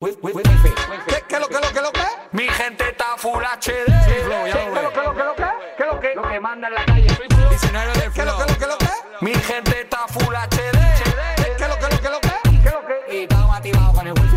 Wi- wi- wifi. ¿Qué, qué lo que lo que lo que? Mi gente está full HD. Flow, ya lo ¿Qué ves. lo que, lo que, lo que? ¿Qué lo que? Lo que manda en la calle. 19 del ¿Qué lo flow. que lo que lo que? Mi gente está full HD. ¿Qué lo que lo que lo que? ¿Qué lo que? Y estamos activados con el wifi.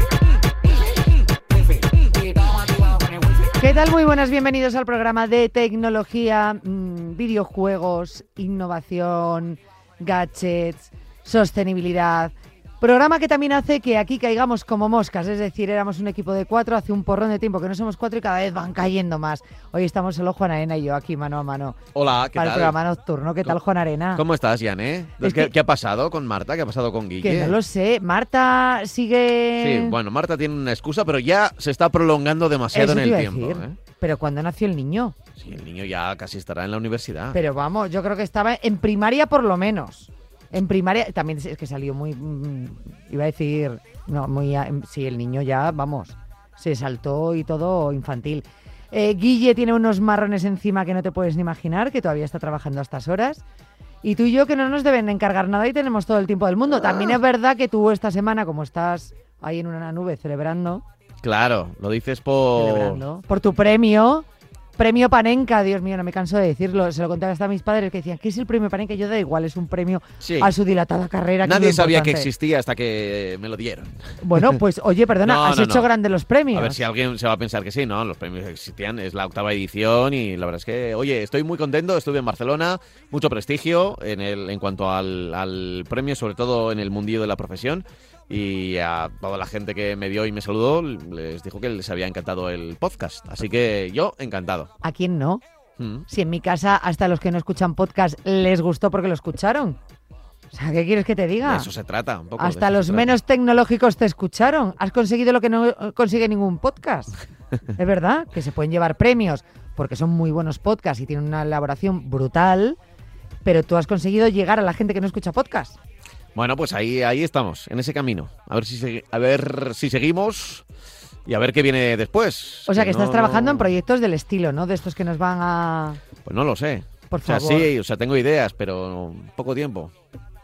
Wifi. Y estamos activados con el wifi. ¿Qué tal? Muy buenas, bienvenidos al programa de tecnología, mm, videojuegos, innovación, gadgets, sostenibilidad. Programa que también hace que aquí caigamos como moscas, es decir, éramos un equipo de cuatro hace un porrón de tiempo que no somos cuatro y cada vez van cayendo más. Hoy estamos solo Juan Arena y yo aquí mano a mano Hola, ¿qué para el programa tal? nocturno. ¿Qué tal ¿Cómo- Juan Arena? ¿Cómo estás, Jan, eh? Es ¿Qué, que- qué ha pasado con Marta? ¿Qué ha pasado con Guille? Que no lo sé. Marta sigue. Sí, bueno, Marta tiene una excusa, pero ya se está prolongando demasiado Eso en te el iba a tiempo. decir. ¿eh? Pero cuando nació el niño. Sí, el niño ya casi estará en la universidad. Pero vamos, yo creo que estaba en primaria por lo menos. En primaria también es que salió muy, mm, iba a decir, no, muy, a- sí, el niño ya, vamos, se saltó y todo infantil. Eh, Guille tiene unos marrones encima que no te puedes ni imaginar, que todavía está trabajando a estas horas. Y tú y yo que no nos deben encargar nada y tenemos todo el tiempo del mundo. También es verdad que tú esta semana, como estás ahí en una nube celebrando, Claro, lo dices por... celebrando por tu premio. Premio Panenka, Dios mío, no me canso de decirlo. Se lo contaba hasta a mis padres que decían, ¿qué es el premio Panenka? Yo da igual, es un premio Sí. a su dilatada carrera. que es Nadie lo sabía que importante". existía hasta que me lo dieron. Bueno, pues oye, perdona, No, has no, hecho no. grandes los premios. A ver si alguien se va a pensar que sí, ¿no? Los premios existían, es la octava edición y la verdad es que, oye, estoy muy contento, estuve en Barcelona, mucho prestigio en, el, en cuanto al, al premio, sobre todo en el mundillo de la profesión. Y a toda la gente que me vio y me saludó, les dijo que les había encantado el podcast. Así que yo, encantado. ¿A quién no? Mm. Si en mi casa hasta los que no escuchan podcast les gustó porque lo escucharon. O sea, ¿qué quieres que te De diga? eso se trata un poco. de Hasta eso se los trata. menos tecnológicos te escucharon. Has conseguido lo que no eh, consigue ningún podcast. es verdad que se pueden llevar premios porque son muy buenos podcasts y tienen una elaboración brutal, pero tú has conseguido llegar a la gente que no escucha podcast. Bueno, pues ahí, ahí estamos, en ese camino. A ver si, segui- a ver si seguimos y a ver qué viene después. O sea, que no- estás trabajando no- en proyectos del estilo, ¿no? De estos que nos van a... Pues no lo sé. Por o sea, favor. sí, o sea, tengo ideas, pero poco tiempo.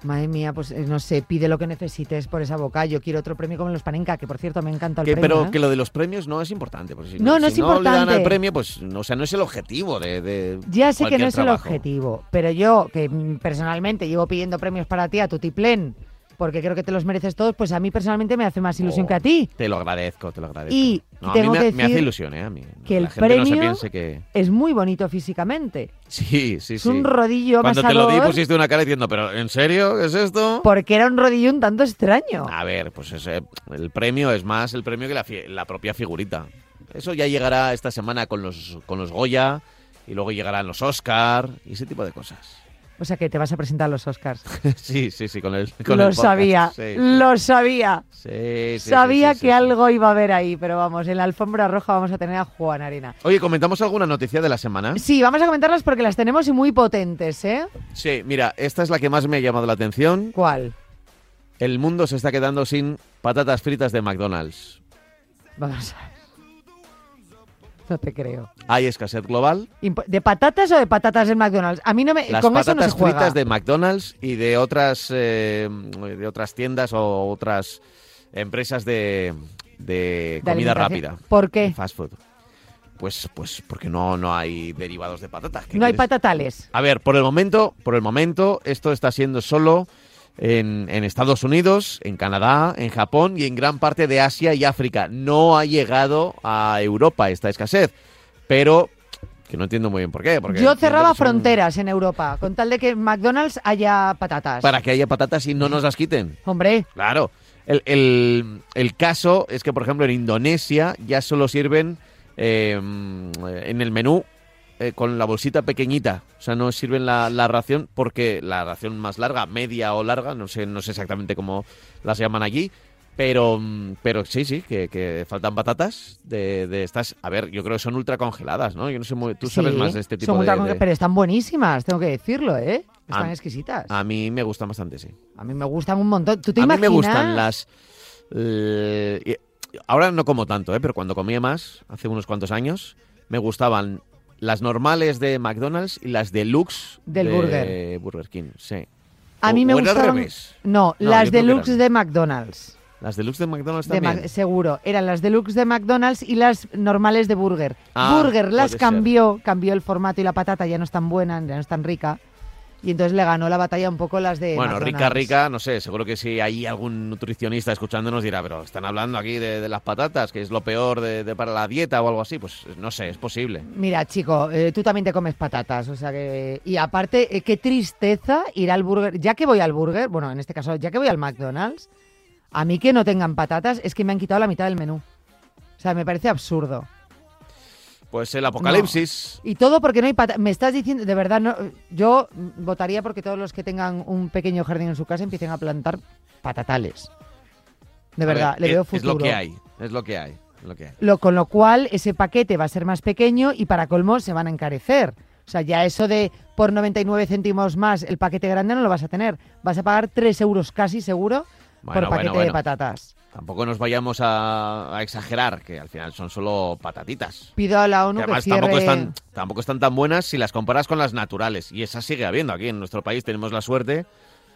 Madre mía, pues eh, no sé, pide lo que necesites por esa boca. Yo quiero otro premio como los Panenka, que por cierto me encanta el Que- premio. pero ¿eh? que lo de los premios no es importante. porque si No, no si es le dan importante. el premio, pues, no, o sea, no es el objetivo de. de Ya sé que cualquier no es el trabajo. objetivo, pero yo, que mm, personalmente llevo pidiendo premios para ti a tu tiplén, porque creo que te los mereces todos, pues a mí personalmente me hace más ilusión Oh. que a ti. Te lo agradezco, te lo agradezco. Y No, a tengo mí me, que me hace decir ilusión, ¿eh? A mí. que el La gente no se premio- piense que. Es muy bonito físicamente. Sí, sí, es sí. un rodillo Cuando te lo di, amasador, pusiste una cara diciendo, ¿pero en serio? ¿Qué es esto? porque era un rodillo un tanto extraño. A ver, pues ese- el premio es más el premio que la, fi- la propia figurita. Eso ya llegará esta semana con los, con los Goya y luego llegarán los Oscar y ese tipo de cosas. O sea que te vas a presentar a los Oscars. sí, sí, sí, con el. Con lo el podcast. sabía, Sí, sí. lo sabía. Sí, sí, sí, sabía sí, sí, que sí. algo iba a haber ahí, pero vamos, en la alfombra roja vamos a tener a Juan Arena. Oye, ¿comentamos alguna noticia de la semana? Sí, vamos a comentarlas porque las tenemos y muy potentes, ¿eh? Sí, mira, esta es la que más me ha llamado la atención. ¿Cuál? El mundo se está quedando sin patatas fritas de McDonald's. Vamos a ver. No te creo. Hay escasez global. Impo- ¿De patatas o de patatas en McDonald's? A mí no me. Las Eh, con eso no se patatas juega. fritas de McDonald's y de otras eh, de otras tiendas o otras empresas de, De de comida alimentación. rápida. ¿Por de qué? Fast food. Pues, pues porque no, no hay derivados de patatas. ¿qué No hay quieres? patatales. A ver, por el momento, por el momento, esto está siendo solo en, en Estados Unidos, en Canadá, en Japón y en gran parte de Asia y África. No ha llegado a Europa esta escasez, pero que no entiendo muy bien por qué. porque Yo entiendo cerraba que son- fronteras en Europa con tal de que en McDonald's haya patatas. Para que haya patatas y no nos las quiten. Hombre, Claro. El, el- el caso es que, por ejemplo, en Indonesia ya solo sirven eh, en el menú eh, con la bolsita pequeñita. O sea, no sirven la, la ración porque la ración más larga, media o larga, no sé, no sé exactamente cómo las llaman allí. Pero, mm, pero sí, sí, que, que faltan patatas de, de estas. A ver, yo creo que son ultra congeladas, ¿no? Yo no sé muy. Tú sabes sí, más de este tipo son de- ultra conge- de- Pero están buenísimas, tengo que decirlo, ¿eh? Están A- exquisitas. A, A mí me gustan bastante, sí. mí me gustan un montón. ¿Tú te a mí imaginas? me gustan las. eh, y- ahora no como tanto, ¿eh? pero cuando comía más, hace unos cuantos años, me gustaban las normales de McDonald's y las deluxe Del de Burger. Burger King. Sí. A O- mí me o era al gustaron. revés. No, No, las yo creo que deluxe eran- de McDonald's. Las deluxe de McDonald's de Pues también. Mac- seguro. Eran las deluxe de McDonald's y las normales de Burger. Ah, Burger las puede ser. cambió, cambió el formato y la patata ya no es tan buena, ya no es tan rica. Y entonces le ganó la batalla un poco las de. Bueno, rica, McDonald's. rica, no sé, seguro que si hay algún nutricionista escuchándonos dirá, pero están hablando aquí de, de las patatas, que es lo peor de, de- para la dieta o algo así, pues no sé, es posible. Mira, chico, eh, tú también te comes patatas, o sea que... Y aparte, eh, qué tristeza ir al burger... Ya que voy al burger, bueno, en este caso, ya que voy al McDonald's, a mí que no tengan patatas es que me han quitado la mitad del menú. O sea, me parece absurdo. Pues el apocalipsis. Y todo porque no hay patatas... Me estás diciendo, de verdad, no, yo votaría porque todos los que tengan un pequeño jardín en su casa empiecen a plantar patatales. De A verdad, ver, le es- veo futuro. Es lo que hay, es lo que hay, es lo que hay. Lo, con lo cual, ese paquete va a ser más pequeño y para colmo se van a encarecer. O sea, ya eso de por 99 céntimos más el paquete grande no lo vas a tener. Vas a pagar 3 euros casi seguro Bueno, por bueno, paquete de bueno. patatas. Tampoco nos vayamos a, a exagerar, que al final son solo patatitas. Pido a la Que ONU que, además cierre... tampoco están, tampoco están tan buenas si las comparas con las naturales. Y esas sigue habiendo aquí. En nuestro país tenemos la suerte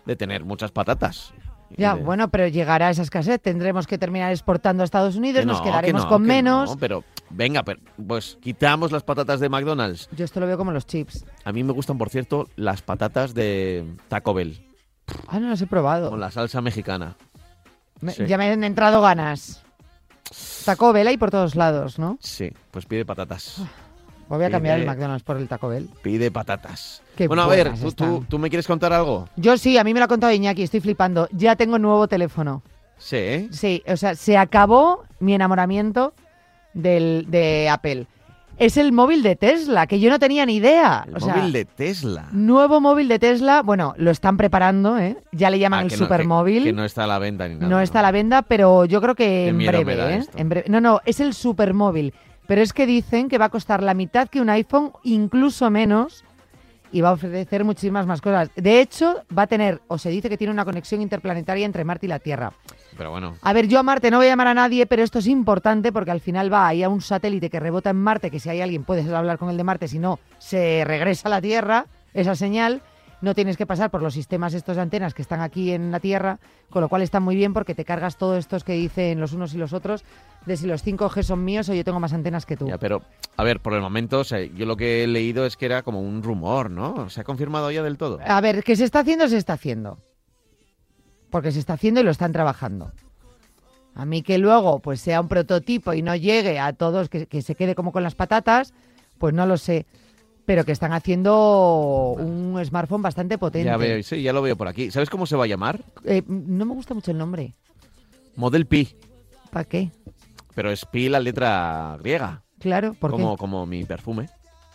de tener muchas patatas. Y Ya, de- bueno, pero llegará esa escasez. Tendremos que terminar exportando a Estados Unidos, Que nos no, quedaremos que no, con que menos. no, pero venga, pero, pues quitamos las patatas de McDonald's. Yo esto lo veo como los chips. A mí me gustan, por cierto, las patatas de Taco Bell Ah, no los he probado. con la salsa mexicana. Me- sí. Ya me han entrado ganas. Taco Bell y por todos lados, ¿no? Sí, pues pide patatas. Ah. Voy a cambiar el Tiene- McDonald's por el Taco Bell. Pide patatas. Qué bueno, a ver, buenas ¿tú, tú- están. tú me quieres contar algo? Yo sí, a mí me lo ha contado Iñaki, estoy flipando. Ya tengo nuevo teléfono. Sí, ¿eh? Sí, o sea, se acabó mi enamoramiento del, de Apple. Es el móvil de Tesla, que yo no tenía ni idea. El o sea, móvil de Tesla. Nuevo móvil de Tesla, bueno, lo están preparando, ¿eh? Ya le llaman Ah, el que no- que- supermóvil. que, no está a la venta ni nada. no, está a la venta, pero yo creo que Qué en miedo me breve, da ¿eh? esto. En breve- No, no, es el supermóvil. Pero es que dicen que va a costar la mitad que un iPhone, incluso menos, y va a ofrecer muchísimas más cosas. De hecho, va a tener, o se dice que tiene una conexión interplanetaria entre Marte y la Tierra. Pero bueno, A ver, yo a Marte no voy a llamar a nadie, pero esto es importante porque al final va ahí a un satélite que rebota en Marte, que si hay alguien puedes hablar con el de Marte, si no, se regresa a la Tierra, esa señal. No tienes que pasar por los sistemas estos de antenas que están aquí en la Tierra, con lo cual está muy bien porque te cargas todos estos que dicen los unos y los otros de si los 5G son míos o yo tengo más antenas que tú. ya, pero a ver, por el momento, o sea, yo lo que he leído es que era como un rumor, ¿no? ¿Se ha confirmado ya del todo? A ver, que se está haciendo, se está haciendo. Porque se está haciendo y lo están trabajando. A mí que luego pues sea un prototipo y no llegue a todos, que, que se quede como con las patatas, pues no lo sé. Pero que están haciendo un smartphone bastante potente. Ya veo, sí, ya lo veo por aquí. ¿Sabes cómo se va a llamar? Eh, no me gusta mucho el nombre. Model Pi. ¿Para qué? Pero es pi la letra griega, Claro, porque... como, como mi perfume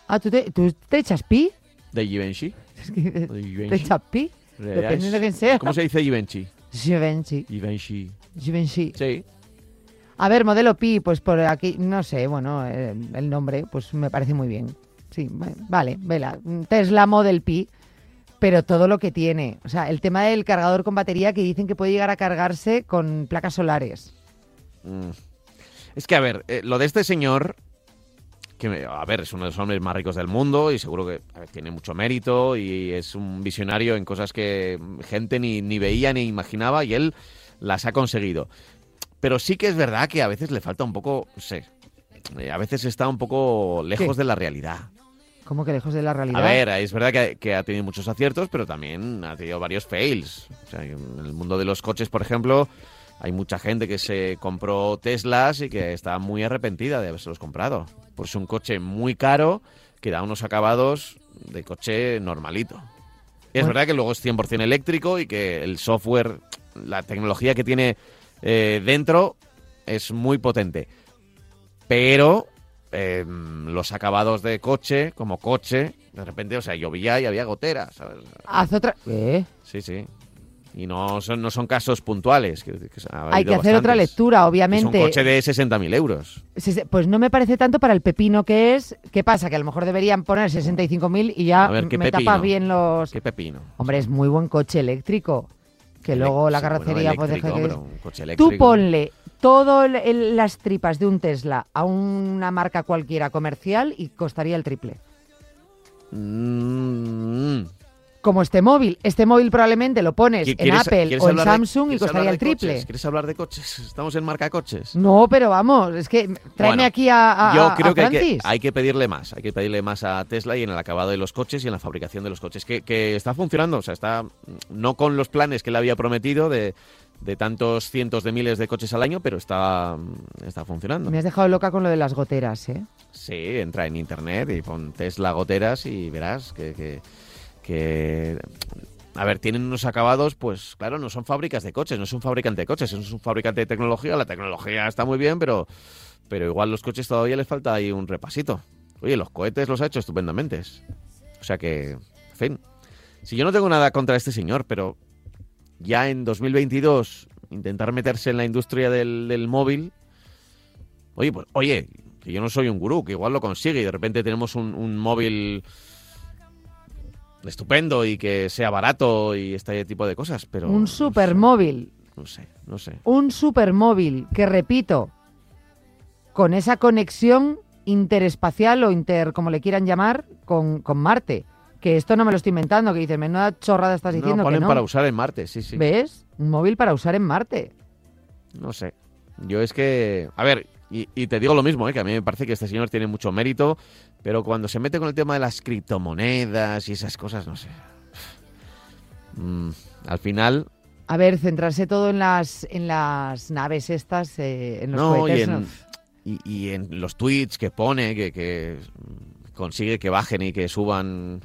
Ah, ¿tú te, tú te echas pi? de Givenchy. Es que, eh, De ¿Te Givenchy. echas pi? Le Depende das- de quién sea. ¿Cómo se dice Givenchy? Givenchy, Givenchy. Givenchy. Sí. A ver, modelo Pi, pues por aquí, no sé, bueno, eh, el nombre, pues me parece muy bien. Sí, va- vale, vela. Tesla Model Pi, pero todo lo que tiene. O sea, el tema del cargador con batería que dicen que puede llegar a cargarse con placas solares. Mm. Es que, a ver, eh, lo de este señor, que, me- a ver, es uno de los hombres más ricos del mundo y seguro que a ver, tiene mucho mérito y es un visionario en cosas que gente ni, ni veía ni imaginaba y él las ha conseguido. Pero sí que es verdad que a veces le falta un poco, no sé, eh, a veces está un poco lejos de la realidad. Como que lejos de la realidad. A ver, es verdad que, que ha tenido muchos aciertos, pero también ha tenido varios fails. O sea, en el mundo de los coches, por ejemplo, hay mucha gente que se compró Teslas y que está muy arrepentida de haberse los comprado. Pues es un coche muy caro que da unos acabados de coche normalito. Es Bueno. verdad que luego es 100% eléctrico y que el software, la tecnología que tiene eh, dentro es muy potente. Pero em, los acabados de coche, como coche, de repente, o sea, llovía y había goteras, ¿sabes? Haz otra. ¿Eh? Sí, sí. Y no son, no son casos puntuales. que- que ha Hay habido que hacer otra bastantes. lectura, Es un obviamente. coche de 60.000 euros. Se- se- Pues no me parece tanto para el pepino que es. ¿Qué pasa? Que a lo mejor deberían poner 65.000 y ya A ver, ¿qué me pepino? tapas bien los. Qué pepino. Hombre, es muy buen coche eléctrico. Que luego la Sí, bueno, carrocería puede eléctrico, que pero un coche eléctrico. Tú ponle todas las tripas de un Tesla a una marca cualquiera comercial y costaría el triple. Mm, como este móvil. Este móvil probablemente lo pones en ¿Quieres- Apple quieres o en hablar de- Samsung y quieres costaría hablar el de triple. coches? ¿Quieres hablar de coches? Estamos en marca coches. No, pero vamos, es que tráeme Bueno, aquí a, a- Yo a- creo a que, hay que Francis. hay que pedirle más. Hay que pedirle más a Tesla y en el acabado de los coches y en la fabricación de los coches. Que, que está funcionando, o sea, está mm, no con los planes que le había prometido de, de tantos cientos de miles de coches al año, pero está, mm, está funcionando. Me has dejado loca con lo de las goteras, ¿eh? Sí, entra en internet y pon Tesla goteras y verás que, que- que- A ver, tienen unos acabados, pues claro, no son fábricas de coches, no es un fabricante de coches, es un fabricante de tecnología. La tecnología está muy bien, pero, pero igual los coches todavía les falta ahí un repasito. Oye, los cohetes los ha hecho estupendamente. O sea que, en fin. Si yo no tengo nada contra este señor, pero ya en 2022 intentar meterse en la industria del, del móvil. Oye, pues, oye, que yo no soy un gurú, que igual lo consigue y de repente tenemos un, un móvil estupendo y que sea barato y este tipo de cosas, pero... un no sé, supermóvil, No sé, no sé. un supermóvil que repito, con esa conexión interespacial o inter, como le quieran llamar, con, con Marte. Que esto no me lo estoy inventando, que dices, menuda chorrada estás diciendo no, que ponen no. para usar en Marte, sí, sí. ¿Ves? Un móvil para usar en Marte. No sé. Yo es que. A ver, y, y te digo lo mismo, ¿eh? que a mí me parece que este señor tiene mucho mérito, pero cuando se mete con el tema de las criptomonedas y esas cosas, no sé. Mm, al final. A ver, centrarse todo en las en las naves estas, eh, en los no, cohetes. y en, ¿no? y- y en los tweets que pone, que, que consigue que bajen y que suban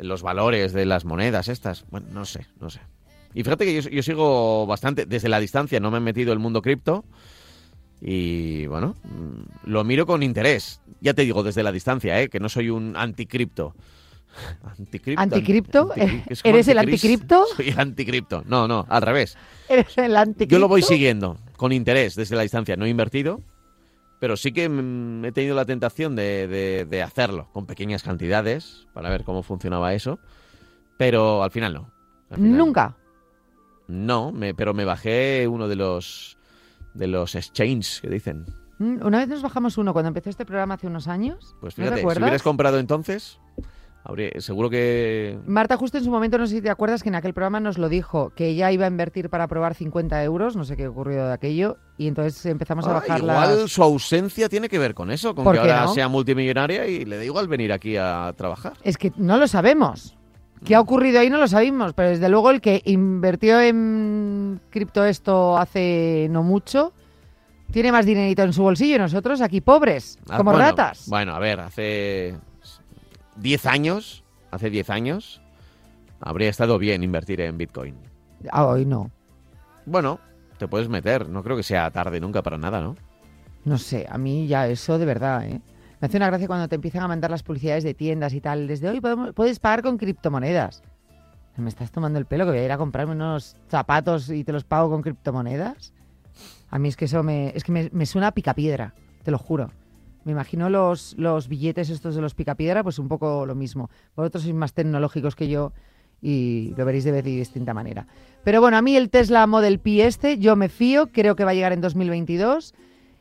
los valores de las monedas estas. Bueno, no sé, no sé. Y fíjate que yo, yo sigo bastante, desde la distancia no me he metido el mundo cripto. Y bueno, mm, lo miro con interés. Ya te digo, desde la distancia, ¿eh? que no soy un anticripto. ¿Anticripto? ¿Anticripto? anticri- es como ¿Eres el anticris- anticripto? Soy anticripto. No, no, al revés. Eres el anticripto. Yo lo voy siguiendo con interés desde la distancia. No he invertido, pero sí que mm, he tenido la tentación de, de- de hacerlo con pequeñas cantidades para ver cómo funcionaba eso. Pero al final no. Al final Nunca. No, me- pero me bajé uno de los de los exchanges que dicen. Mm, Una vez nos bajamos uno cuando empezó este programa hace unos años. Pues ¿No te fíjate, si acuerdas? hubieras comprado entonces, habría- seguro que Marta, justo en su momento, no sé si te acuerdas que en aquel programa nos lo dijo, que ella iba a invertir para probar 50 euros, no sé qué ocurrió de aquello, y entonces empezamos a Ah, bajar igual las- su ausencia tiene que ver con eso, con ¿Por que qué ahora no? sea multimillonaria y le da igual venir aquí a trabajar. Es que no lo sabemos. ¿Qué Mm. ha ocurrido ahí? No lo sabemos, pero desde luego el que invirtió en cripto esto hace no mucho tiene más dinerito en su bolsillo y nosotros aquí pobres, Ah, como bueno, ratas. Bueno, a ver, hace 10 años, hace 10 años, habría estado bien invertir en Bitcoin. Ah, hoy no. Bueno, te puedes meter, no creo que sea tarde nunca para nada, ¿no? No sé, a mí ya eso de verdad, ¿eh? Me hace una gracia cuando te empiezan a mandar las publicidades de tiendas y tal. Desde hoy podemos- puedes pagar con criptomonedas. ¿Me estás tomando el pelo que voy a ir a comprarme unos zapatos y te los pago con criptomonedas? A mí es que eso me, es que me, me suena a picapiedra, te lo juro. Me imagino los, los billetes estos de los picapiedra, pues un poco lo mismo. Vosotros sois más tecnológicos que yo y lo veréis de vez de distinta manera. Pero bueno, a mí el Tesla Model P este, yo me fío, creo que va a llegar en 2022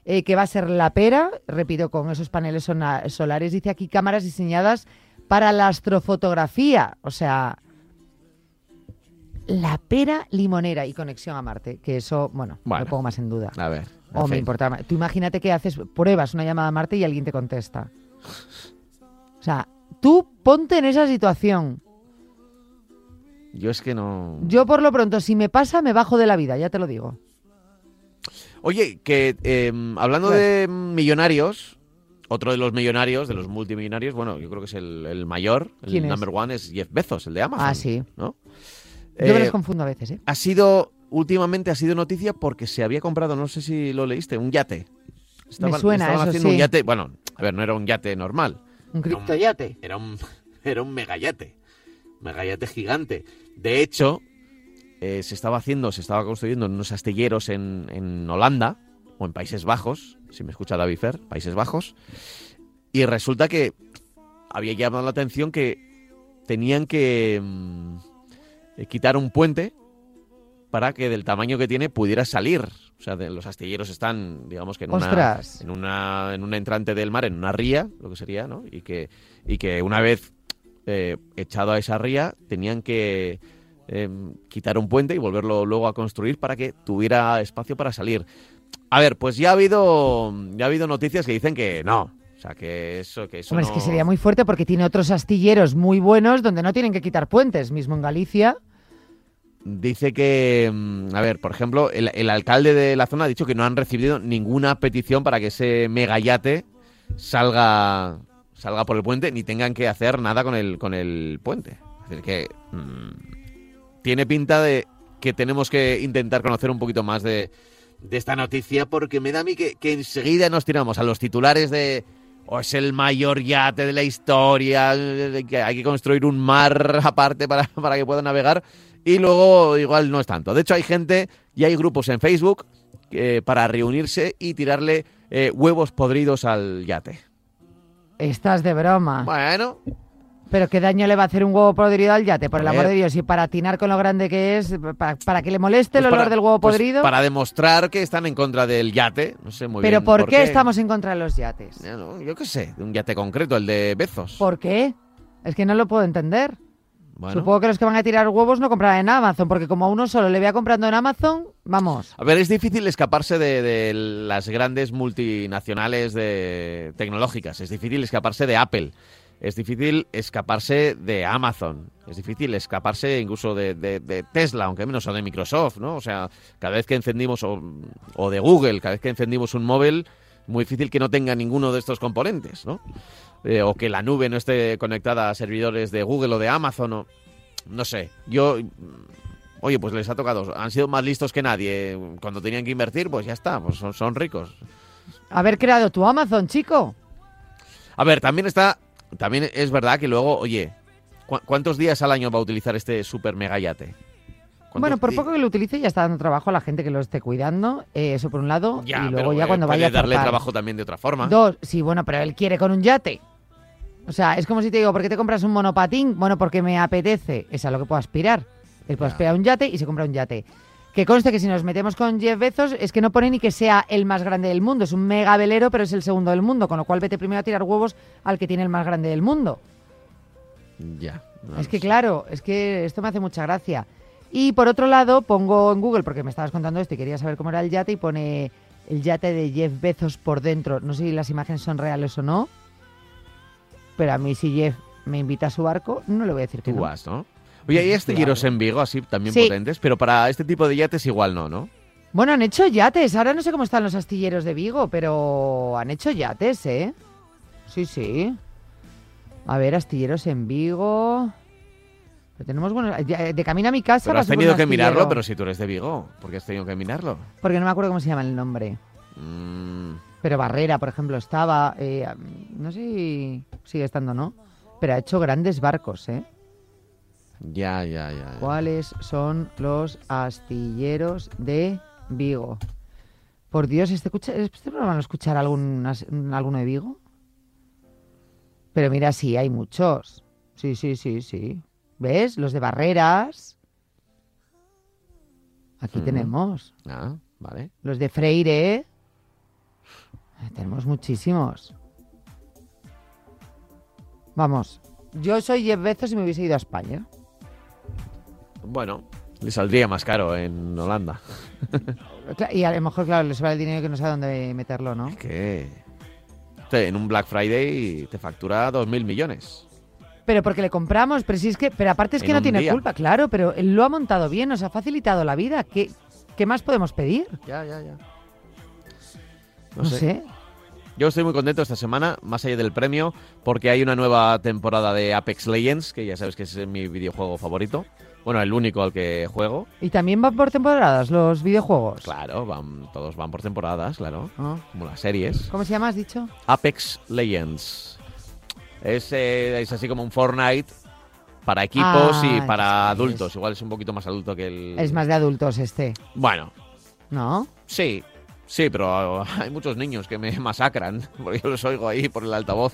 eh, que va a ser la pera, repito, con esos paneles sona- solares, dice aquí cámaras diseñadas para la astrofotografía, o sea, la pera limonera y conexión a Marte, que eso, bueno, Bueno. lo pongo más en duda. A ver. en O me fin. importa más. Tú imagínate que haces pruebas una llamada a Marte y alguien te contesta. O sea, tú ponte en esa situación. Yo es que no. Yo por lo pronto, si me pasa, me bajo de la vida, ya te lo digo. Oye, que eh, hablando de millonarios, otro de los millonarios, de los multimillonarios, bueno, yo creo que es el, el mayor, el ¿Quién es? number one es Jeff Bezos, el de Amazon. Ah, sí. ¿no? Yo me Eh, los confundo a veces, ¿eh? ha sido últimamente ha sido noticia porque se había comprado, no sé si lo leíste, un yate. Me suena, estaban eso haciendo sí. un yate, bueno, a ver, no era un yate normal, Un criptoyate. era un era un megayate. Megayate gigante. De hecho, eh, se estaba haciendo, se estaba construyendo en unos astilleros en, en Holanda o en Países Bajos, si me escucha David Fer, Países Bajos. Y resulta que había llamado la atención que tenían que mm, eh, quitar un puente para que del tamaño que tiene pudiera salir. O sea, de- los astilleros están, digamos que Pues, en una, Ostras. en una en un entrante del mar, en una ría, lo que sería, ¿no? Y que y que una vez eh, echado a esa ría, tenían que eh, quitar un puente y volverlo luego a construir para que tuviera espacio para salir. A ver, pues ya ha habido, ya ha habido noticias que dicen que no. O sea, que eso, que eso Hombre, no- es que sería muy fuerte porque tiene otros astilleros muy buenos donde no tienen que quitar puentes, mismo en Galicia. Dice que, mm, a ver, por ejemplo, el, el alcalde de la zona ha dicho que no han recibido ninguna petición para que ese megayate salga, salga por el puente ni tengan que hacer nada con el, con el puente. Es decir, que mm, tiene pinta de que tenemos que intentar conocer un poquito más de, de esta noticia porque me da a mí que, que enseguida nos tiramos a los titulares de... O es el mayor yate de la historia, que hay que construir un mar aparte para, para que pueda navegar y luego igual no es tanto. De hecho, hay gente y hay grupos en Facebook eh, para reunirse y tirarle eh, huevos podridos al yate. Estás de broma. Bueno, Pero qué daño le va a hacer un huevo podrido al yate, por el A amor ver. de Dios. Y para atinar con lo grande que es, para, para que le moleste pues el olor para- del huevo pues podrido. para demostrar que están en contra del yate. No sé muy Pero bien. ¿por, qué, estamos en contra de los yates? Ya no, Yo qué sé, de un yate concreto, el de Bezos. ¿Por qué? Es que no lo puedo entender. Bueno. Supongo que los que van a tirar huevos no comprarán en Amazon, porque como a uno solo le vea comprando en Amazon, vamos. A ver, es difícil escaparse de, de las grandes multinacionales de- tecnológicas. Es difícil escaparse de Apple. Es difícil escaparse de Amazon. Es difícil escaparse incluso de, de- de Tesla, aunque menos, o de Microsoft, ¿no? O sea, cada vez que encendimos, o, o de Google, cada vez que encendimos un móvil, muy difícil que no tenga ninguno de estos componentes, ¿no? Eh, o que la nube no esté conectada a servidores de Google o de Amazon, o no sé. Yo Oye, pues les ha tocado. Han sido más listos que nadie. Cuando tenían que invertir, pues ya está. Pues son, son ricos. Haber creado tu Amazon, chico. A ver, también está. También es verdad que luego, oye, ¿cu- ¿cuántos días al año va a utilizar este super mega yate? ¿Cuántos Bueno, por di- poco que lo utilice ya está dando trabajo a la gente que lo esté cuidando, eh, eso por un lado, Ya, y luego pero, ya eh, cuando puede vaya a darle zarpar. trabajo también de otra forma. Dos, sí, bueno, pero él quiere con un yate. O sea, es como si te digo, ¿por qué te compras un monopatín? Bueno, porque me apetece. Es a lo que puedo aspirar. Él puede Ya. aspirar a un yate y se compra un yate. Que conste que si nos metemos con Jeff Bezos es que no pone ni que sea el más grande del mundo. Es un mega velero, pero es el segundo del mundo. Con lo cual vete primero a tirar huevos al que tiene el más grande del mundo. Ya. no Es que sé. claro, es que esto me hace mucha gracia. Y por otro lado, pongo en Google, porque me estabas contando esto y quería saber cómo era el yate, y pone el yate de Jeff Bezos por dentro. No sé si las imágenes son reales o no, pero a mí si Jeff me invita a su barco, no le voy a decir que Tú no. vas, ¿no? Oye, hay astilleros en Vigo, así también Sí. potentes, pero para este tipo de yates igual no, ¿no? Bueno, han hecho yates. Ahora no sé cómo están los astilleros de Vigo, pero han hecho yates, ¿eh? Sí, sí. A ver, astilleros en Vigo. Pero tenemos buenos... ya, De camino a mi casa... Pero has pasé por tenido un que mirarlo, astillero. pero si tú eres de Vigo, ¿por qué has tenido que mirarlo? Porque no me acuerdo cómo se llama el nombre. Mm, Pero Barrera, por ejemplo, estaba. eh, no sé si sigue estando, ¿no? Pero ha hecho grandes barcos, ¿eh? ya, ya, ya. ya. ¿Cuáles son los astilleros de Vigo? Por Dios, ¿este, escucha- este programa lo escuchar algún, as- alguno de Vigo? Pero mira, sí, hay muchos. Sí, sí, sí, sí. ¿Ves? Los de Barreras. Aquí Mm. tenemos. Ah, vale. Los de Freire. Ah, Tenemos muchísimos. Vamos. Yo soy Jeff Bezos y me hubiese ido a España. Bueno, le saldría más caro en Holanda. Cla- Y a lo mejor, claro, les vale el dinero que no sabe dónde meterlo, ¿no? Que te- en un Black Friday te factura 2.000 millones. Pero porque le compramos, pero si es que, pero aparte es que En no un tiene día. culpa, claro, pero él lo ha montado bien, nos ha facilitado la vida. ¿Qué, qué más podemos pedir? Ya, ya, ya. No, sé. Yo estoy muy contento esta semana, más allá del premio, porque hay una nueva temporada de Apex Legends, que ya sabes que es mi videojuego favorito. Bueno, el único al que juego. Y también van por temporadas los videojuegos. Claro, van, todos van por temporadas, claro. Ah. Como las series. ¿Cómo se llama, has dicho? Apex Legends. Es, eh, es así como un Fortnite para equipos Ah, y para es- adultos. Igual es un poquito más adulto que el... Es más de adultos este, Bueno, ¿no? sí, sí, pero hay muchos niños que me masacran porque yo los oigo ahí por el altavoz.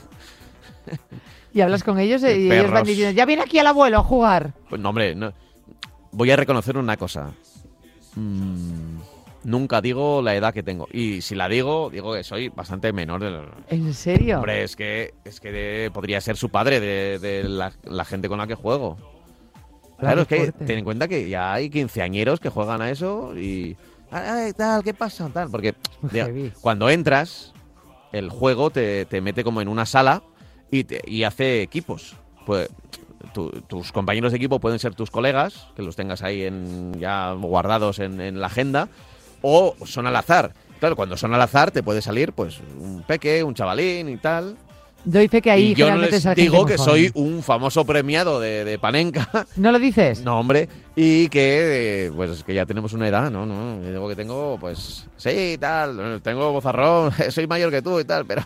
Y hablas con ellos Qué y ellos van perros. diciendo, ya viene aquí el abuelo a jugar. Pues no, hombre, no. voy a reconocer una cosa. Mm, nunca digo la edad que tengo. Y si la digo, digo que soy bastante menor. Del... ¿En serio? Hombre, es que, es que de- podría ser su padre de, de la, la gente con la que juego. Claro, es qué que fuerte. ten en cuenta que ya hay quinceañeros que juegan a eso y... "Ay, tal, ¿Qué pasa? Tal, porque Muy diga, heavy. cuando entras, el juego te, te mete como en una sala y, te- y hace equipos. Pues tu- tus compañeros de equipo pueden ser tus colegas, que los tengas ahí en, ya guardados en, en la agenda, o son al azar. Claro, cuando son al azar te puede salir pues un peque, un chavalín y tal. Doy fe que ahí y yo no generalmente les es la gente digo muy que joven. soy un famoso premiado de, de Panenka. ¿No lo dices? No, hombre. Y que, eh, pues, es que ya tenemos una edad, ¿no? no yo digo que tengo, pues, sí, tal, tengo bozarrón, soy mayor que tú y tal, pero...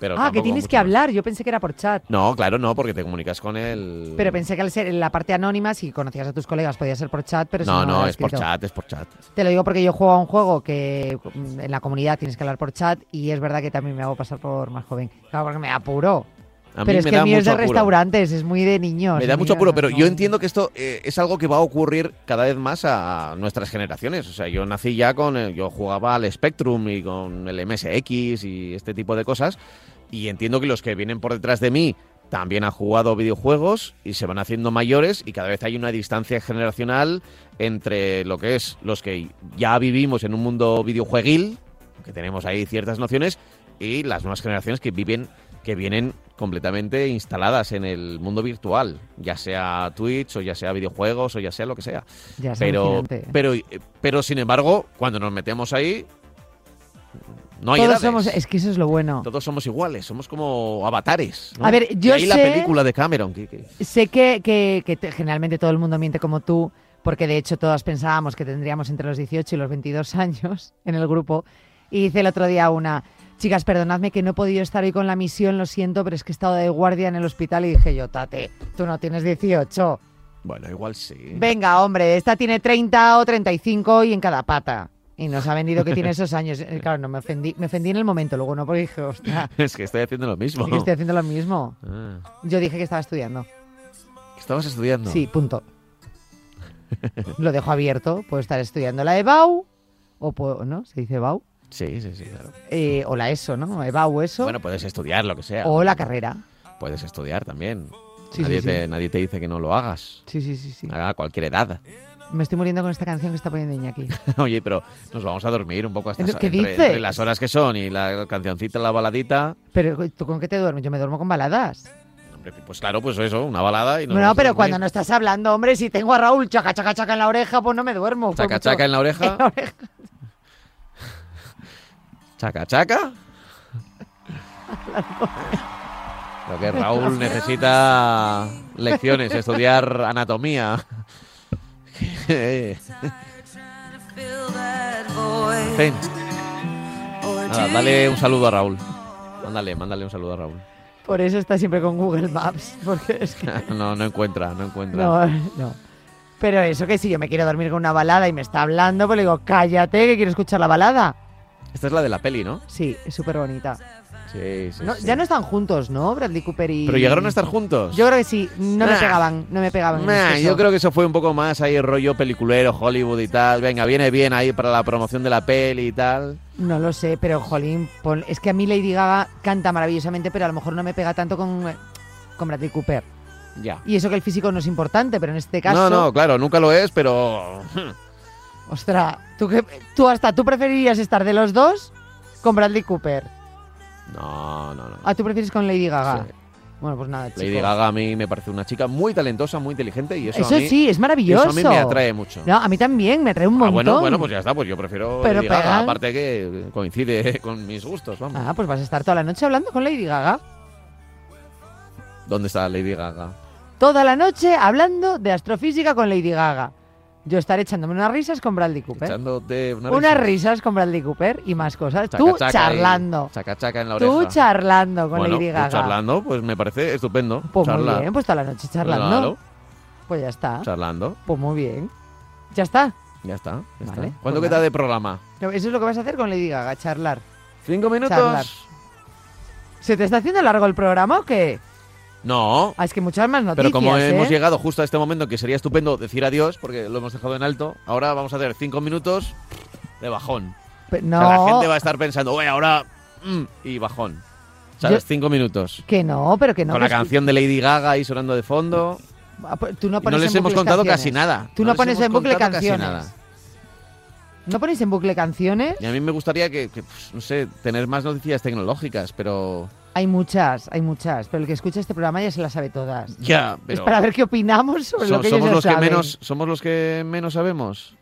pero ah, que tampoco tienes mucho que más. hablar. Yo pensé que era por chat. No, claro, no, porque te comunicas con él. Pero pensé que al ser en la parte anónima, si conocías a tus colegas, podía ser por chat, pero si No, no, era es por escrito. chat, es por chat. Te lo digo porque yo juego a un juego que mm, en la comunidad tienes que hablar por chat y es verdad que también me hago pasar por más joven. Claro, porque me apuro. A mí pero es me que da el mío es de mucho apuro. restaurantes, es muy de niños. Me da es mucho muy- apuro, pero no. yo entiendo que esto eh, es algo que va a ocurrir cada vez más a nuestras generaciones. O sea, yo nací ya con. el- yo jugaba al Spectrum y con el MSX y este tipo de cosas. Y entiendo que los que vienen por detrás de mí también han jugado videojuegos y se van haciendo mayores y cada vez hay una distancia generacional entre lo que es los que ya vivimos en un mundo videojueguil, que tenemos ahí ciertas nociones, y las nuevas generaciones que viven que vienen completamente instaladas en el mundo virtual, ya sea Twitch o ya sea videojuegos o ya sea lo que sea. Ya es Pero alucinante. pero eh, pero sin embargo, cuando nos metemos ahí no hay Todos edades. somos, es que eso es lo bueno. Todos somos iguales, somos como avatares. ¿no? A ver, Y yo ahí la sé- película de Cameron. que- que- Sé que, que- que te- generalmente todo el mundo miente como tú, porque de hecho todas pensábamos que tendríamos entre los 18 y los 22 años en el grupo. Y dice el otro día una, chicas, perdonadme que no he podido estar hoy con la misión, lo siento, pero es que he estado de guardia en el hospital y dije yo, Tate, tú no tienes 18. Bueno, igual sí. Venga, hombre, esta tiene 30 o 35 y en cada pata. Y nos ha vendido que tiene esos años. Eh, Claro, no me ofendí, me ofendí en el momento, luego no, porque dije, ostras, Es que estoy haciendo lo mismo. sí que estoy haciendo lo mismo. Ah, Yo dije que estaba estudiando. ¿que estabas estudiando. Sí, punto. Lo dejo abierto. Puedo estar estudiando la EBAU, o puedo- ¿no? Se dice EBAU. sí, sí, sí, claro. eh, o la ESO, ¿no? EBAU, ESO. Bueno, pues puedes estudiar lo que sea. o la carrera. Puedes estudiar también. Sí, nadie, sí, sí. te, nadie te dice que no lo hagas. Sí, sí, sí, sí. A cualquier edad. Me estoy muriendo con esta canción que está poniendo Iñaki. Oye, pero nos vamos a dormir un poco hasta ¿Pero esa- qué entre, dices? entre las horas que son y la cancioncita, la baladita. Pero ¿tú con qué te duermes? Yo me duermo con baladas. Hombre, pues claro, pues eso, una balada y nos No, vamos a pero dormir. cuando no estás hablando, hombre, si tengo a Raúl chaca, chaca, chaca en la oreja, pues no me duermo. por Chaca mucho- chaca en la en la oreja, oreja. chaca chaca. Creo que Raúl necesita lecciones, estudiar anatomía. Ven. Nada, dale un saludo a Raúl. Mándale, mándale un saludo a Raúl. Por eso está siempre con Google Maps, porque es que... No, no encuentra, no encuentra. No, no. Pero eso que si yo me quiero dormir con una balada y me está hablando, pues le digo, cállate, que quiero escuchar la balada. Esta es la de la peli, ¿no? Sí, es súper bonita. Sí, sí. No, sí. ya no están juntos, ¿no? Bradley Cooper y... Pero llegaron a estar juntos. Yo creo que sí, no me Nah. pegaban, no me pegaban. en Nah, exceso. yo creo que eso fue un poco más ahí rollo peliculero, Hollywood y tal. Venga, viene bien ahí para la promoción de la peli y tal. No lo sé, pero jolín, pon- es que a mí Lady Gaga canta maravillosamente, pero a lo mejor no me pega tanto con, eh, con Bradley Cooper. Ya. Y eso que el físico no es importante, pero en este caso... No, no, claro, nunca lo es, pero... hmm. Ostras, ¿tú, qué- tú hasta tú preferirías estar de los dos con Bradley Cooper. No, no, no. Ah, tú prefieres con Lady Gaga. Sí. Bueno, pues nada, chicos. Lady Gaga a mí me parece una chica muy talentosa, muy inteligente y eso, Eso, a mí, sí, es eso maravilloso. a mí me atrae mucho. No, a mí también, me atrae un Ah, montón. bueno, bueno, pues ya está, pues yo prefiero Pero Lady Gaga, pegan. aparte que coincide con mis gustos, vamos. Ah, pues vas a estar toda la noche hablando con Lady Gaga. Ah. ¿Dónde está Lady Gaga? Toda la noche hablando de astrofísica con Lady Gaga. Yo estaré echándome unas risas con Bradley Cooper. Echándote una unas risa. risas con Bradley Cooper y más cosas. Chaca, tú chaca y- charlando. Chaca, chaca en la oreja. Tú charlando con Bueno, Lady tú Gaga. charlando, pues me parece estupendo. Pues Charla- muy bien, pues toda la noche charlando. Claro, Pues ya está. charlando. Pues muy bien. Ya está. Ya está. ya está. Vale, ¿Cuánto pues queda nada. de programa? Eso es lo que vas a hacer con Lady Gaga, charlar. ¿Cinco minutos? Charlar. ¿Se te está haciendo largo el programa o qué? No. Ah, es que muchas más noticias. Pero como ¿eh? hemos llegado justo a este momento que sería estupendo decir adiós, porque lo hemos dejado en alto, ahora vamos a hacer cinco minutos de bajón. Pe- O No, sea, la gente va a estar pensando, "Ué, ahora... mm", y bajón. ¿Sabes? Yo- Cinco minutos. que no, pero que no. Con la que es- canción de Lady Gaga ahí sonando de fondo. Ah, pues Tú no, Y pones no les en hemos bucle contado canciones. casi nada. Tú no, les pones hemos en bucle contado casi canciones. nada. No pones en bucle canciones. Y a mí me gustaría que, que, pues, no sé, tener más noticias tecnológicas, pero... Hay muchas, hay muchas. Pero el que escucha este programa ya se las sabe todas. Ya, Es pero... para ver qué opinamos sobre so- lo que ellos somos ya los que saben. menos somos los que menos sabemos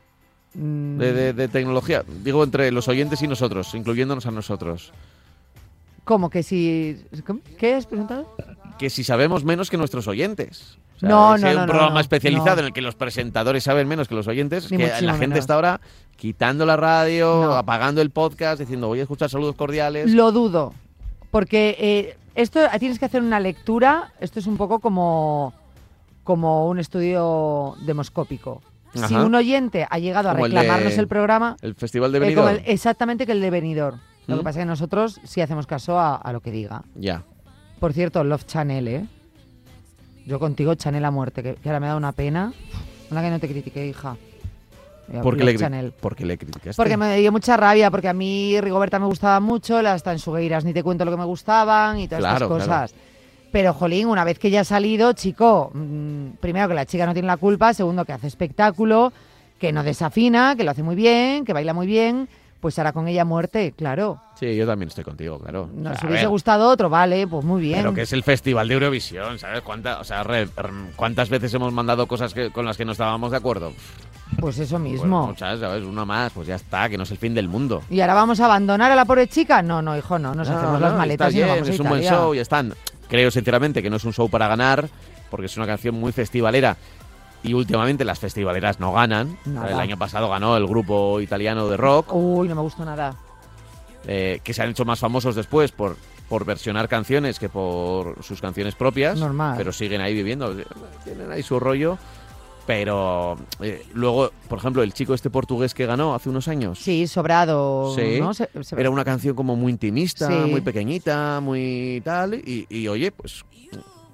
Mm, de, de- de tecnología digo entre los oyentes y nosotros incluyéndonos a nosotros ¿Cómo que si. ¿cómo? ¿Qué has preguntado? que si sabemos menos que nuestros oyentes O sea, No, si no, hay no, un no, programa no, especializado no. en el que los presentadores saben menos que los oyentes Ni que la muchísimo gente menos. está ahora quitando la radio No. apagando el podcast diciendo voy a escuchar saludos cordiales Lo dudo. Porque eh, esto tienes que hacer una lectura. Esto es un poco como, como un estudio demoscópico. Si Ajá. un oyente ha llegado a Como el de- reclamarnos el, programa. el festival de eh, Benidorm como el- exactamente que el de Benidorm. Lo ¿Mm? que pasa es que nosotros sí hacemos caso a, a lo que diga. ya Por cierto, Love Chanel, ¿eh? Yo contigo, Chanel a muerte, que, que ahora me da una pena. Una que no te critiqué, hija. Eh, porque Love le, cri- Chanel. porque le criticaste Porque me dio mucha rabia, porque a mí Rigoberta me gustaba mucho, las tansugueiras ni te cuento lo que me gustaban y todas Claro, estas claro. cosas. Pero, jolín, una vez que ya ha salido, chico, mm, primero que la chica no tiene la culpa, segundo que hace espectáculo, que no desafina, que lo hace muy bien, que baila muy bien, pues ahora con ella muerte, claro. sí yo también estoy contigo claro O sea, Nos a hubiese ver, gustado otro, vale, pues muy bien. Pero que es el festival de Eurovisión, ¿sabes? ¿Cuánta- o sea, re- rm, ¿Cuántas veces hemos mandado cosas que- con las que no estábamos de acuerdo? Pff, Pues eso pues mismo. muchas, ¿sabes? Una más, pues ya está, que no es el fin del mundo. ¿Y ahora vamos a abandonar a la pobre chica? No, no, hijo, no. Nos No, hacemos no, las maletas está y nos bien, vamos a Es un buen Italia. show, ya están. Creo sinceramente que no es un show para ganar, porque es una canción muy festivalera. Y últimamente las festivaleras no ganan. Nada. El año pasado ganó el grupo italiano de rock, Uy, no me gustó nada. eh, que se han hecho más famosos después por, por versionar canciones que por sus canciones propias. Normal. Pero siguen ahí viviendo, tienen ahí su rollo. Pero eh, luego, por ejemplo, el chico este portugués que ganó hace unos años. Sí, sobrado. Sí. ¿no? Se- se- Era una canción como muy intimista, Sí. muy pequeñita, muy tal. Y, y, oye, pues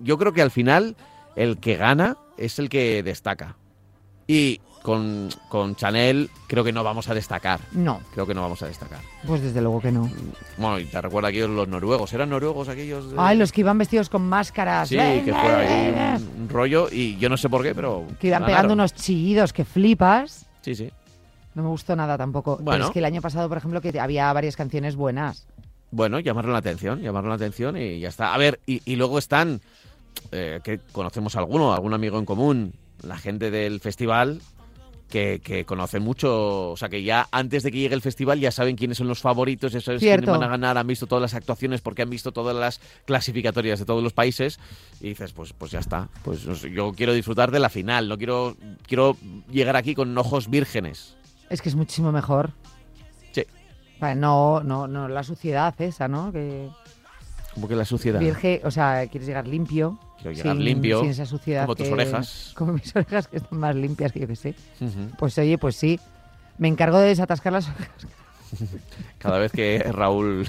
yo creo que al final el que gana es el que destaca. Y con, con Chanel creo que no vamos a destacar. No, Creo que no vamos a destacar. pues desde luego que no. Bueno, y te recuerdo aquellos los noruegos. ¿Eran noruegos aquellos? de- Ay, los que iban vestidos con máscaras. Sí, Ven, que ven, fue ven, ahí ven. un, un rollo. Y yo no sé por qué, pero. Que iban pegando ganaron. unos chillidos que flipas. Sí, sí. No me gustó nada tampoco. Pero Bueno. es que el año pasado, por ejemplo, que había varias canciones buenas. Bueno, llamaron la atención, llamaron la atención y ya está. A ver, y, y luego están, eh, que conocemos alguno, algún amigo en común, la gente del festival que, que conoce mucho, o sea, que ya antes de que llegue el festival ya saben quiénes son los favoritos, ya saben Cierto. quiénes van a ganar, han visto todas las actuaciones porque han visto todas las clasificatorias de todos los países y dices, pues, pues ya está, pues no sé, yo quiero disfrutar de la final, no quiero, quiero llegar aquí con ojos vírgenes. Es que es muchísimo mejor. Sí. Para no, no, no, la suciedad esa, ¿no? Que Como que la suciedad. virgen, o sea, quieres llegar limpio. Quiero llegar limpio. sin esa suciedad como tus que- orejas. Como mis orejas que están más limpias que yo que sé. Ujú. Pues oye, pues sí. Me encargo de desatascar las orejas. Cada vez que Raúl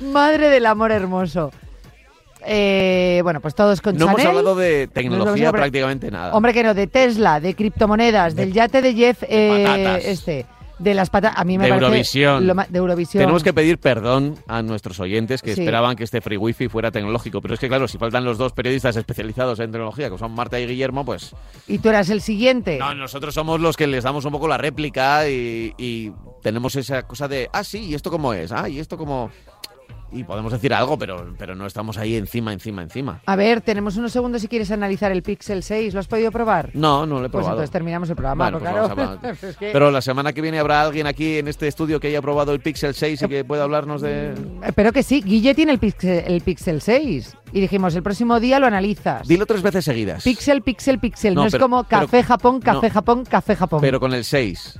Madre del amor hermoso. Eh, bueno, pues todos con No hemos Chanel. hablado de No hemos tecnología hablado pre- prácticamente nada. Hombre que no, de Tesla, de criptomonedas, De- del yate de Jeff eh, patatas. este, de las patas. A mí me De parece Eurovisión. lo ma- de Eurovisión. Tenemos que pedir perdón a nuestros oyentes que Sí. esperaban que este free wifi fuera tecnológico, pero es que claro, si faltan los dos periodistas especializados en tecnología, que son Marta y Guillermo, pues Y tú eras el siguiente. no, nosotros somos los que les damos un poco la réplica y, y tenemos esa cosa de, ah, sí, ¿y esto cómo es? Ah, ¿y esto cómo...? Y podemos decir algo, pero, pero no estamos ahí encima, encima, encima. A ver, tenemos unos segundos si quieres analizar el Pixel 6. ¿Lo has podido probar? No, no lo he pues probado. entonces terminamos el programa. Bueno, porque pues claro, vamos a hablar. es que- Pero la semana que viene habrá alguien aquí en este estudio que haya probado el Pixel 6 y que pueda hablarnos de... Espero que sí. Guille tiene el Pixel, el Pixel 6. Y dijimos, el próximo día lo analizas. Dilo tres veces seguidas. Pixel, pixel, pixel. No, No, es pero- como pero- café Japón, café no. Japón, café Japón. Pero con el 6.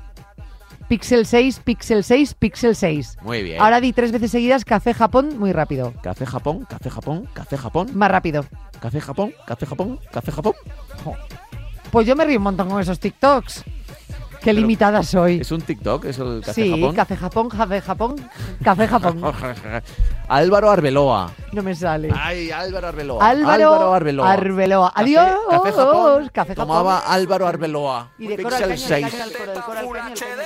Pixel 6, pixel 6, pixel 6. Muy bien. Ahora di tres veces seguidas café Japón muy rápido. Café Japón, café Japón, café Japón, Más rápido. café Japón, café Japón, café Japón. Pues yo me río un montón con esos TikToks. Qué Pero- limitada soy. ¿Es un TikTok? ¿Es el Café sí, Japón? café Japón, café Japón, café Japón. Álvaro Arbeloa. No me sale. Ay, Álvaro Arbeloa. Álvaro, Ah, Arbeloa. Arbeloa. Café- Adiós. Café Japón. Café Japón. Tomaba Álvaro Arbeloa. Y de Pixel Coral Caña, de 6. Caña al Coral, Coral Caña al Coral.